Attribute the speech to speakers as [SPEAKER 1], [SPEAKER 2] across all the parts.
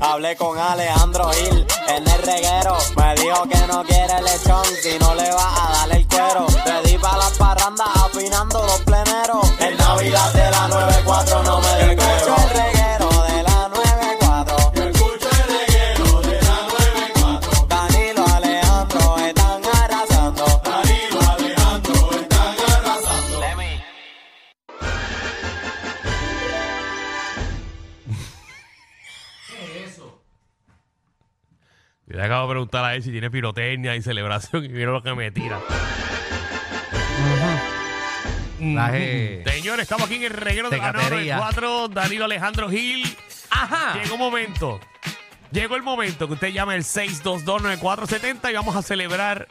[SPEAKER 1] hablé con Alejandro Gil en el reguero. Me dijo que no quiere lechón si no le va a dar el cuero. Le di pa' las parrandas afinando los pleneros. En Navidad de la 94 no me descuero. Escucho el reguero de la 94. Yo escucho el reguero de la 94. Danilo Alejandro están arrasando. Danilo Alejandro están arrasando.
[SPEAKER 2] Yo le acabo de preguntar a él si tiene pirotecnia y celebración y mira lo que me tira.
[SPEAKER 3] Traje-
[SPEAKER 2] Señores, estamos aquí en el reguero de
[SPEAKER 3] Tecatería.
[SPEAKER 2] la 4, Danilo Alejandro Gil.
[SPEAKER 3] Ajá.
[SPEAKER 2] Llegó un momento. Llegó el momento que usted llame el 6229470 y vamos a celebrar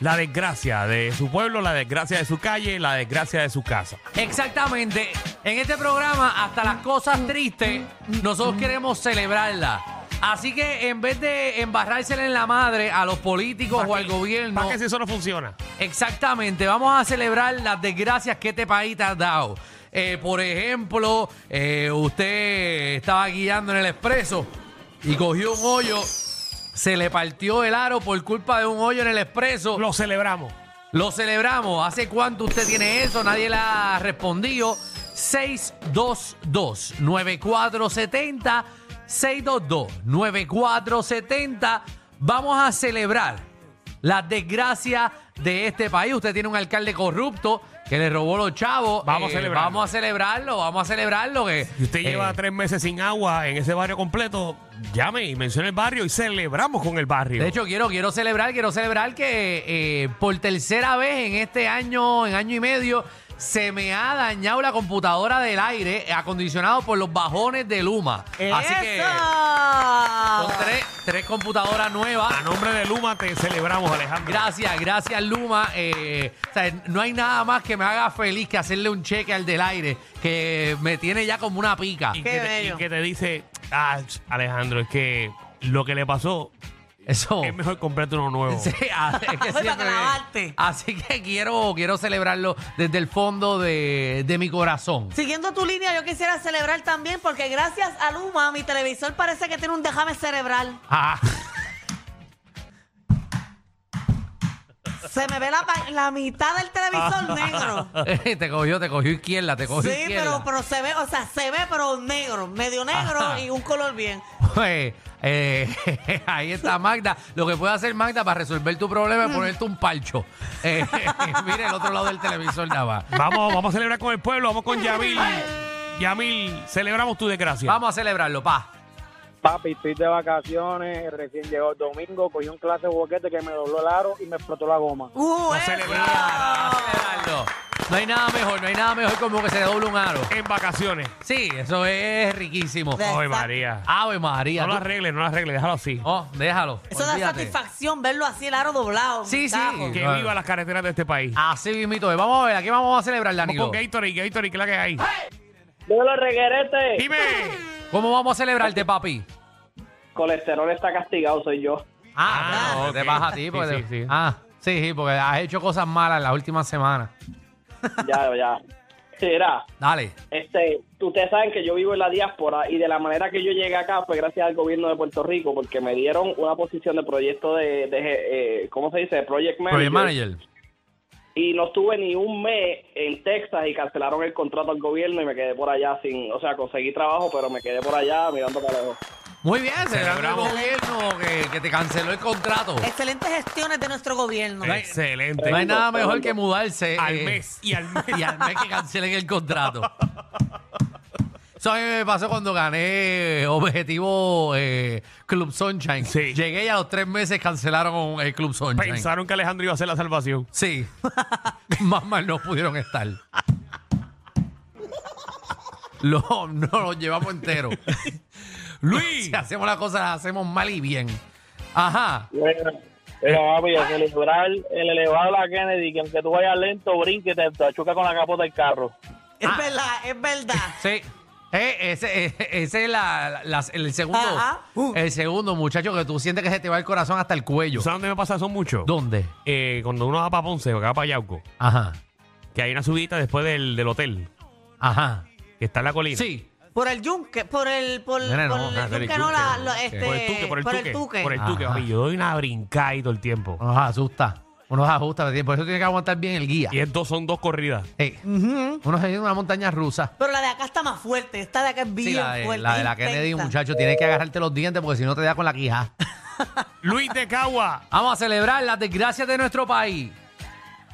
[SPEAKER 2] la desgracia de su pueblo, la desgracia de su calle, la desgracia de su casa.
[SPEAKER 3] Exactamente. En este programa, hasta las cosas tristes, nosotros queremos celebrarlas. Así que en vez de embarrársela en la madre a los políticos o al gobierno,
[SPEAKER 2] ¿Para qué si eso no funciona?
[SPEAKER 3] exactamente, vamos a celebrar las desgracias que este país te ha dado. Eh, por ejemplo, eh, usted estaba guiando en el expreso y cogió un hoyo, se le partió el aro por culpa de un hoyo en el expreso.
[SPEAKER 2] Lo celebramos.
[SPEAKER 3] Lo celebramos. ¿Hace cuánto usted tiene eso? Nadie le ha respondido. 622-9470. 622-9470. Vamos a celebrar las desgracias de este país. Usted tiene un alcalde corrupto que le robó los chavos. Eh,
[SPEAKER 2] Vamos a celebrarlo.
[SPEAKER 3] Vamos a celebrarlo. Vamos a celebrarlo. Que,
[SPEAKER 2] Si usted lleva
[SPEAKER 3] eh,
[SPEAKER 2] tres meses sin agua en ese barrio completo, llame y mencione el barrio y celebramos con el barrio.
[SPEAKER 3] De hecho, quiero, quiero celebrar, quiero celebrar que eh, por tercera vez en este año, en año y medio, se me ha dañado la computadora del aire eh, acondicionado por los bajones de Luma. Así que con tres, tres computadoras nuevas.
[SPEAKER 2] a nombre de Luma te celebramos, Alejandro.
[SPEAKER 3] Gracias, gracias Luma. Eh, o sea, no hay nada más que me haga feliz que hacerle un cheque al del aire, que me tiene ya como una pica.
[SPEAKER 2] y,
[SPEAKER 4] Qué
[SPEAKER 2] que te, y
[SPEAKER 4] bello.
[SPEAKER 2] que te dice, ah, ch, Alejandro, es que lo que le pasó
[SPEAKER 3] Eso.
[SPEAKER 2] es mejor comprarte uno nuevo.
[SPEAKER 3] Oh. Sí, así que
[SPEAKER 4] Para
[SPEAKER 3] siempre-
[SPEAKER 4] clavarte.
[SPEAKER 3] Así que quiero, quiero celebrarlo desde el fondo de, de mi corazón.
[SPEAKER 4] Siguiendo tu línea, yo quisiera celebrar también porque gracias a Luma, mi televisor parece que tiene un déjame cerebral.
[SPEAKER 3] Ah,
[SPEAKER 4] Se me ve la, pa- la mitad del televisor negro.
[SPEAKER 3] te cogió, te cogió izquierda, te cogió
[SPEAKER 4] Sí,
[SPEAKER 3] izquierda.
[SPEAKER 4] pero, pero se ve, o sea, se ve, pero negro, medio negro
[SPEAKER 3] Ajá.
[SPEAKER 4] y un color bien.
[SPEAKER 3] Pues, eh, ahí está Magda. Lo que puede hacer Magda para resolver tu problema es ponerte un palcho. Eh, mira el otro lado del televisor nada más.
[SPEAKER 2] Vamos, vamos a celebrar con el pueblo, vamos con Yamil. Yamil, celebramos tu desgracia.
[SPEAKER 3] Vamos a celebrarlo, pa.
[SPEAKER 5] Papi, estoy de vacaciones, recién llegó el domingo, cogí un clase de boquete que me dobló el aro y me explotó la goma.
[SPEAKER 4] Uh,
[SPEAKER 2] Lo
[SPEAKER 4] eso.
[SPEAKER 2] celebramos.
[SPEAKER 3] Vamos a celebrarlo. No hay nada mejor, no hay nada mejor como que se le doble un aro.
[SPEAKER 2] En vacaciones.
[SPEAKER 3] Sí, eso es riquísimo.
[SPEAKER 4] De-
[SPEAKER 2] Ay,
[SPEAKER 4] Exacto.
[SPEAKER 2] María.
[SPEAKER 3] Ave María.
[SPEAKER 2] No lo
[SPEAKER 3] Ah, tú-
[SPEAKER 2] arregles, no lo arregles, déjalo así.
[SPEAKER 3] Oh, déjalo.
[SPEAKER 4] Eso da
[SPEAKER 3] olvídate.
[SPEAKER 4] satisfacción verlo así, el aro doblado.
[SPEAKER 3] Sí, sí.
[SPEAKER 4] tajo.
[SPEAKER 2] Que
[SPEAKER 3] no.
[SPEAKER 2] viva las carreteras de este país.
[SPEAKER 3] Así mismito es. Vamos a ver, aquí vamos a celebrar,
[SPEAKER 2] Vamos
[SPEAKER 3] Danilo.
[SPEAKER 2] con Gatorade, Gatorade, ¿qué es la que hay?
[SPEAKER 5] ¡De los regueretes!
[SPEAKER 2] Dime.
[SPEAKER 3] ¿Cómo vamos a celebrarte, papi?
[SPEAKER 5] Colesterol está castigado, soy yo.
[SPEAKER 2] Ah,
[SPEAKER 3] no,
[SPEAKER 2] ok.
[SPEAKER 3] te vas a ti. Porque
[SPEAKER 2] Sí,
[SPEAKER 3] te-
[SPEAKER 2] sí, sí.
[SPEAKER 3] Ah, sí, sí, porque has hecho cosas malas en las últimas semanas.
[SPEAKER 5] Ya, ya. Mira,
[SPEAKER 3] Dale.
[SPEAKER 5] este, ustedes saben que yo vivo en la diáspora y de la manera que yo llegué acá fue gracias al gobierno de Puerto Rico porque me dieron una posición de proyecto de, de, eh, ¿cómo se dice? Project
[SPEAKER 3] Project
[SPEAKER 5] Manager.
[SPEAKER 3] Manager.
[SPEAKER 5] Y no estuve ni un mes en Texas y cancelaron el contrato al gobierno y me quedé por allá sin, o sea, conseguí trabajo, pero me quedé por allá mirando para lejos.
[SPEAKER 3] Muy bien,
[SPEAKER 2] Celebramos.
[SPEAKER 3] celebramos el gobierno que, que te canceló el contrato.
[SPEAKER 4] Excelentes gestiones de nuestro gobierno.
[SPEAKER 2] Eh, Excelente.
[SPEAKER 3] No hay nada mejor que mudarse.
[SPEAKER 2] Al
[SPEAKER 3] eh,
[SPEAKER 2] mes y al mes.
[SPEAKER 3] y al mes que cancelen el contrato. Eso a mí me pasó cuando gané eh, Objetivo eh, Club Sunshine.
[SPEAKER 2] Sí.
[SPEAKER 3] Llegué y a los tres meses cancelaron el Club Sunshine.
[SPEAKER 2] Pensaron que Alejandro iba a ser la salvación.
[SPEAKER 3] Sí. Más mal no pudieron estar. Lo, no lo llevamos entero.
[SPEAKER 2] Luis.
[SPEAKER 3] Si hacemos las cosas, las hacemos mal y bien. Ajá.
[SPEAKER 5] Bueno, pero papi, a celebrar el elevado a la Kennedy, que aunque tú vayas lento, brinque, te, te choca con la capota del carro.
[SPEAKER 4] Es
[SPEAKER 3] Ah.
[SPEAKER 4] verdad, es verdad.
[SPEAKER 3] Sí. Eh, ese, eh, ese es la- la- el segundo.
[SPEAKER 4] Ajá. Uh.
[SPEAKER 3] El segundo, muchacho, que tú sientes que se te va el corazón hasta el cuello.
[SPEAKER 2] ¿Sabes dónde me pasa eso mucho?
[SPEAKER 3] ¿Dónde?
[SPEAKER 2] Eh, cuando uno va para Ponce o acá para Yauco,
[SPEAKER 3] Ajá.
[SPEAKER 2] que hay una subidita después del, del hotel,
[SPEAKER 3] Ajá.
[SPEAKER 2] que está en la colina.
[SPEAKER 3] Sí.
[SPEAKER 4] Por el yunque, por el, por,
[SPEAKER 3] Nena,
[SPEAKER 4] por
[SPEAKER 3] no,
[SPEAKER 4] el
[SPEAKER 3] nada, por el
[SPEAKER 4] yunque, no, la,
[SPEAKER 2] yunque,
[SPEAKER 4] la-
[SPEAKER 3] por el
[SPEAKER 4] este,
[SPEAKER 2] por el tuque, por el tuque. Por el tuque,
[SPEAKER 3] Ajá.
[SPEAKER 2] papi. Yo doy una brincada y todo el tiempo.
[SPEAKER 3] Uno nos asusta. Uno nos asusta. Por eso tiene que aguantar bien el guía.
[SPEAKER 2] Y estos son dos corridas.
[SPEAKER 3] Ey,
[SPEAKER 4] Ujú.
[SPEAKER 3] uno se ha ido a una montaña rusa.
[SPEAKER 4] Pero la de acá está más fuerte, esta de acá es bien
[SPEAKER 3] Sí, la, de,
[SPEAKER 4] fuerte.
[SPEAKER 3] la de la
[SPEAKER 4] intensa.
[SPEAKER 3] Kennedy, muchacho, tienes que agarrarte los dientes porque si no te da con la quija.
[SPEAKER 2] Luis de Cagua.
[SPEAKER 3] Vamos a celebrar las desgracias de nuestro país.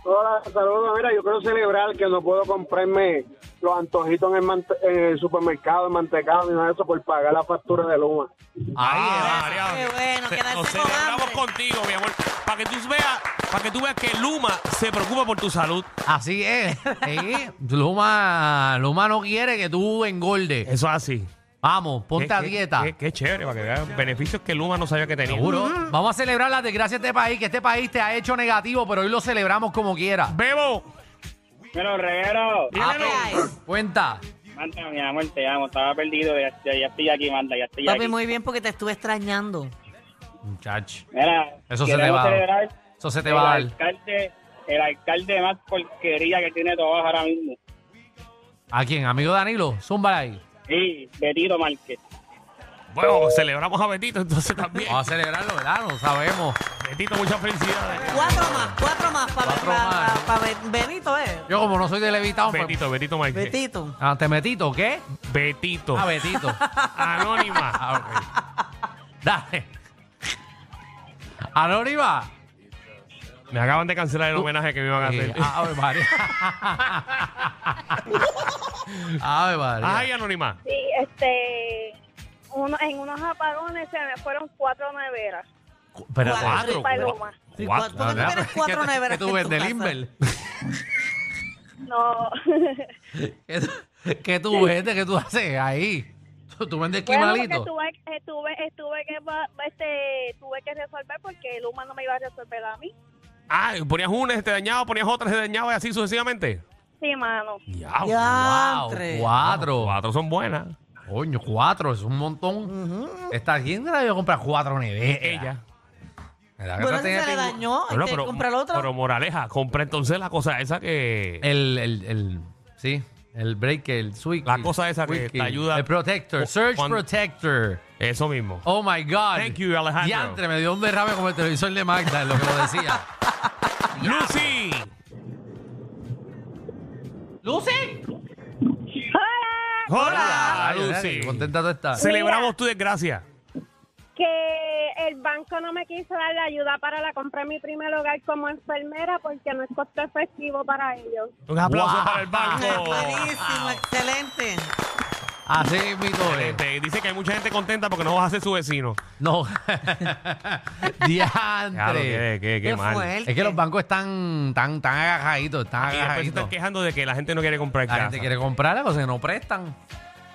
[SPEAKER 6] Hola, saludos. Mira, yo quiero celebrar que no puedo comprarme los antojitos en el, mante- en el supermercado, en mantecado, ni nada de eso, por pagar la factura de Luma.
[SPEAKER 3] Ahí
[SPEAKER 2] Ah,
[SPEAKER 3] va.
[SPEAKER 2] María.
[SPEAKER 4] Qué bueno,
[SPEAKER 2] Se-
[SPEAKER 4] quedarse
[SPEAKER 2] nos
[SPEAKER 4] con
[SPEAKER 2] celebramos
[SPEAKER 4] hambre.
[SPEAKER 2] contigo, mi amor. Para que tú veas, para que tú veas que Luma se preocupa por tu salud.
[SPEAKER 3] Así es. Sí. Luma, Luma no quiere que tú engordes.
[SPEAKER 2] Eso es así.
[SPEAKER 3] Vamos, ponte
[SPEAKER 2] Qué-
[SPEAKER 3] a
[SPEAKER 2] qué-
[SPEAKER 3] dieta.
[SPEAKER 2] Qué, qué chévere, para que vean beneficios que Luma no sabía que tenía.
[SPEAKER 3] Seguro. Vamos a celebrar las desgracias de este país, que este país te ha hecho negativo, pero hoy lo celebramos como quiera.
[SPEAKER 2] Bebo,
[SPEAKER 5] Pero, reguero,
[SPEAKER 2] dímelo.
[SPEAKER 4] ¿Qué hay?
[SPEAKER 3] Cuenta.
[SPEAKER 5] manda, mi amor, te amo, estaba perdido, ya, ya- ya estoy aquí, manda, ya estoy
[SPEAKER 4] Papi,
[SPEAKER 5] aquí.
[SPEAKER 4] muy bien porque te estuve extrañando.
[SPEAKER 3] Muchacho.
[SPEAKER 5] Mira,
[SPEAKER 3] Eso se
[SPEAKER 5] queremos
[SPEAKER 3] te va a dar.
[SPEAKER 5] celebrar
[SPEAKER 3] Eso se te
[SPEAKER 5] el
[SPEAKER 3] va a dar.
[SPEAKER 5] alcalde, el alcalde más porquería que tiene trabajo ahora mismo.
[SPEAKER 3] ¿A quién? Amigo Danilo, zumba ahí.
[SPEAKER 5] Sí, Betito Márquez.
[SPEAKER 2] Bueno, celebramos a Betito entonces también.
[SPEAKER 3] Vamos a celebrarlo, ¿verdad? No sabemos.
[SPEAKER 2] Betito, muchas felicidades.
[SPEAKER 4] Cuatro más, cuatro más para
[SPEAKER 3] Cuatro más.
[SPEAKER 4] Benito, ¿eh?
[SPEAKER 3] Yo como no soy de Levitown, pues...
[SPEAKER 2] Betito, Betito Mike.
[SPEAKER 4] Betito.
[SPEAKER 3] Ah, ¿Te metito qué?
[SPEAKER 2] Betito.
[SPEAKER 3] Ah, Betito.
[SPEAKER 2] Anónima.
[SPEAKER 3] Ah, ok. Dale. Anónima.
[SPEAKER 2] Me acaban de cancelar el homenaje que me iban a hacer.
[SPEAKER 3] Eh, Ave María. Ave María.
[SPEAKER 2] Ay, Anónima.
[SPEAKER 7] Sí, este, uno, en unos apagones se me fueron cuatro neveras.
[SPEAKER 3] Cu- Pero
[SPEAKER 2] Cuatro.
[SPEAKER 4] Cuatro.
[SPEAKER 7] Paloma.
[SPEAKER 2] cua-
[SPEAKER 4] Sí,
[SPEAKER 2] cuatro.
[SPEAKER 4] cuatro. ¿Por qué tú tienes cuatro
[SPEAKER 3] ¿Qué te-
[SPEAKER 4] neveras
[SPEAKER 3] ¿Qué tú
[SPEAKER 4] en
[SPEAKER 3] ves
[SPEAKER 4] tu
[SPEAKER 3] del
[SPEAKER 4] casa?
[SPEAKER 3] Inver?
[SPEAKER 7] No,
[SPEAKER 3] ¿Qué tú- ¿Qué tú ves? ¿Qué tú haces ahí? ¿Tú, tú vendes
[SPEAKER 7] bueno, porque
[SPEAKER 3] quimalito?
[SPEAKER 7] tuve, estuve, estuve que, va- este, tuve que resolver porque el humano me iba a resolver a mí.
[SPEAKER 2] Ah, ponías una, se te dañaba, ponías otra, se dañaba y así sucesivamente.
[SPEAKER 7] Sí, mano.
[SPEAKER 2] Diablo.
[SPEAKER 4] Diantre.
[SPEAKER 3] cuatro.
[SPEAKER 2] Cuatro son buenas.
[SPEAKER 3] Coño, cuatro, es un montón. Esta ¿quién le iba a comprar cuatro neveras?
[SPEAKER 2] Ella.
[SPEAKER 3] Era que otra
[SPEAKER 4] Bueno, si
[SPEAKER 3] tenía
[SPEAKER 4] se le
[SPEAKER 3] pingu-
[SPEAKER 4] dañó, hay
[SPEAKER 2] Bueno,
[SPEAKER 4] que comprar otra.
[SPEAKER 2] pero moraleja, compra entonces la cosa esa que...
[SPEAKER 3] El, el, el, sí, el break, el switch.
[SPEAKER 2] La cosa esa que te ayuda-
[SPEAKER 3] El protector,
[SPEAKER 2] Cu-
[SPEAKER 3] surge
[SPEAKER 2] cuando-
[SPEAKER 3] protector.
[SPEAKER 2] Eso mismo.
[SPEAKER 3] Oh my God.
[SPEAKER 2] Thank you, Alejandro.
[SPEAKER 3] Diantre, me dio un derrame como el televisor de Magda, es lo que lo decía.
[SPEAKER 2] Lucy.
[SPEAKER 3] ¡Lucy!
[SPEAKER 2] Hola,
[SPEAKER 7] Hola,
[SPEAKER 2] Lucy.
[SPEAKER 3] Contenta tú estás.
[SPEAKER 2] Celebramos tu desgracia.
[SPEAKER 7] que el banco no me quiso dar la ayuda para la compra de mi primer hogar como enfermera porque no es costo efectivo para ellos.
[SPEAKER 2] Un aplauso
[SPEAKER 3] Wow.
[SPEAKER 2] para el banco.
[SPEAKER 4] Buenísimo, excelente.
[SPEAKER 3] Así mismo es.
[SPEAKER 2] Excelente. Dice que hay mucha gente contenta porque no vas a ser su vecino.
[SPEAKER 3] No.
[SPEAKER 2] Claro,
[SPEAKER 3] Diantre.
[SPEAKER 2] qué, qué, qué
[SPEAKER 4] Qué
[SPEAKER 2] mal.
[SPEAKER 4] fuerte.
[SPEAKER 3] Es que los bancos están tan, tan agajaditos, están
[SPEAKER 2] Ah, Y después se están
[SPEAKER 3] agajaditos.
[SPEAKER 2] quejando de que la gente no quiere comprar
[SPEAKER 3] La
[SPEAKER 2] casa.
[SPEAKER 3] gente quiere comprar las cosas que no prestan.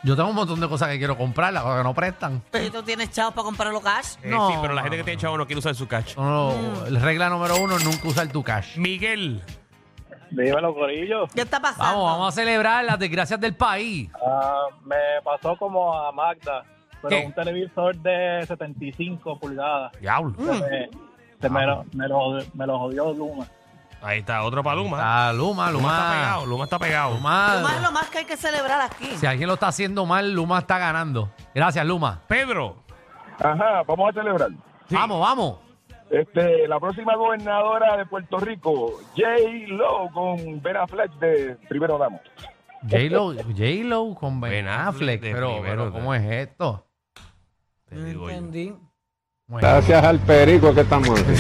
[SPEAKER 3] Yo tengo un montón de cosas que quiero comprar, las cosas que no prestan.
[SPEAKER 4] Pero tú tienes chavos para comprar los cash.
[SPEAKER 2] Eh,
[SPEAKER 3] No,
[SPEAKER 2] sí, pero la gente
[SPEAKER 3] no,
[SPEAKER 2] que tiene chavo no quiere usar su cash.
[SPEAKER 3] Uno-
[SPEAKER 2] Mm.
[SPEAKER 3] la Regla número uno, nunca usar tu cash.
[SPEAKER 2] Miguel.
[SPEAKER 6] Dímelo, Corillo.
[SPEAKER 4] ¿Qué está pasando?
[SPEAKER 3] Vamos, vamos a celebrar las desgracias del país.
[SPEAKER 6] ah, me pasó como a Magda, pero
[SPEAKER 2] ¿Qué?
[SPEAKER 6] un televisor de 75 pulgadas.
[SPEAKER 2] Diablo.
[SPEAKER 3] Mm.
[SPEAKER 6] Se me, se me lo, me, lo, me lo jodió Luma.
[SPEAKER 2] Ahí está, otro para Luma.
[SPEAKER 3] A Luma,
[SPEAKER 2] Luma está
[SPEAKER 3] Luma.
[SPEAKER 2] pegado, Luma está pegado.
[SPEAKER 4] Lo más,
[SPEAKER 3] Luma.
[SPEAKER 4] lo más que hay que celebrar aquí.
[SPEAKER 3] Si alguien lo está haciendo mal, Luma está ganando. Gracias, Luma.
[SPEAKER 2] Pedro.
[SPEAKER 8] Ajá, vamos a celebrar.
[SPEAKER 2] Sí.
[SPEAKER 3] Vamos, vamos.
[SPEAKER 8] Este, la próxima gobernadora de Puerto Rico, J. Lo con Ben Affleck de Primero Damos.
[SPEAKER 3] J-Lo, J-Lo con Ben,
[SPEAKER 2] Ben Affleck
[SPEAKER 3] Affleck.
[SPEAKER 2] de
[SPEAKER 3] Pero,
[SPEAKER 2] primero,
[SPEAKER 3] pero, ¿cómo es esto?
[SPEAKER 2] Te digo yo.
[SPEAKER 3] ¿Cómo es
[SPEAKER 8] al perico que estamos aquí.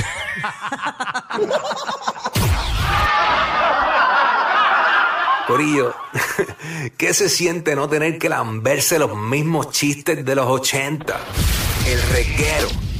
[SPEAKER 9] Corillo, ¿qué se siente no tener que lamberse los mismos chistes de los 80? El reguero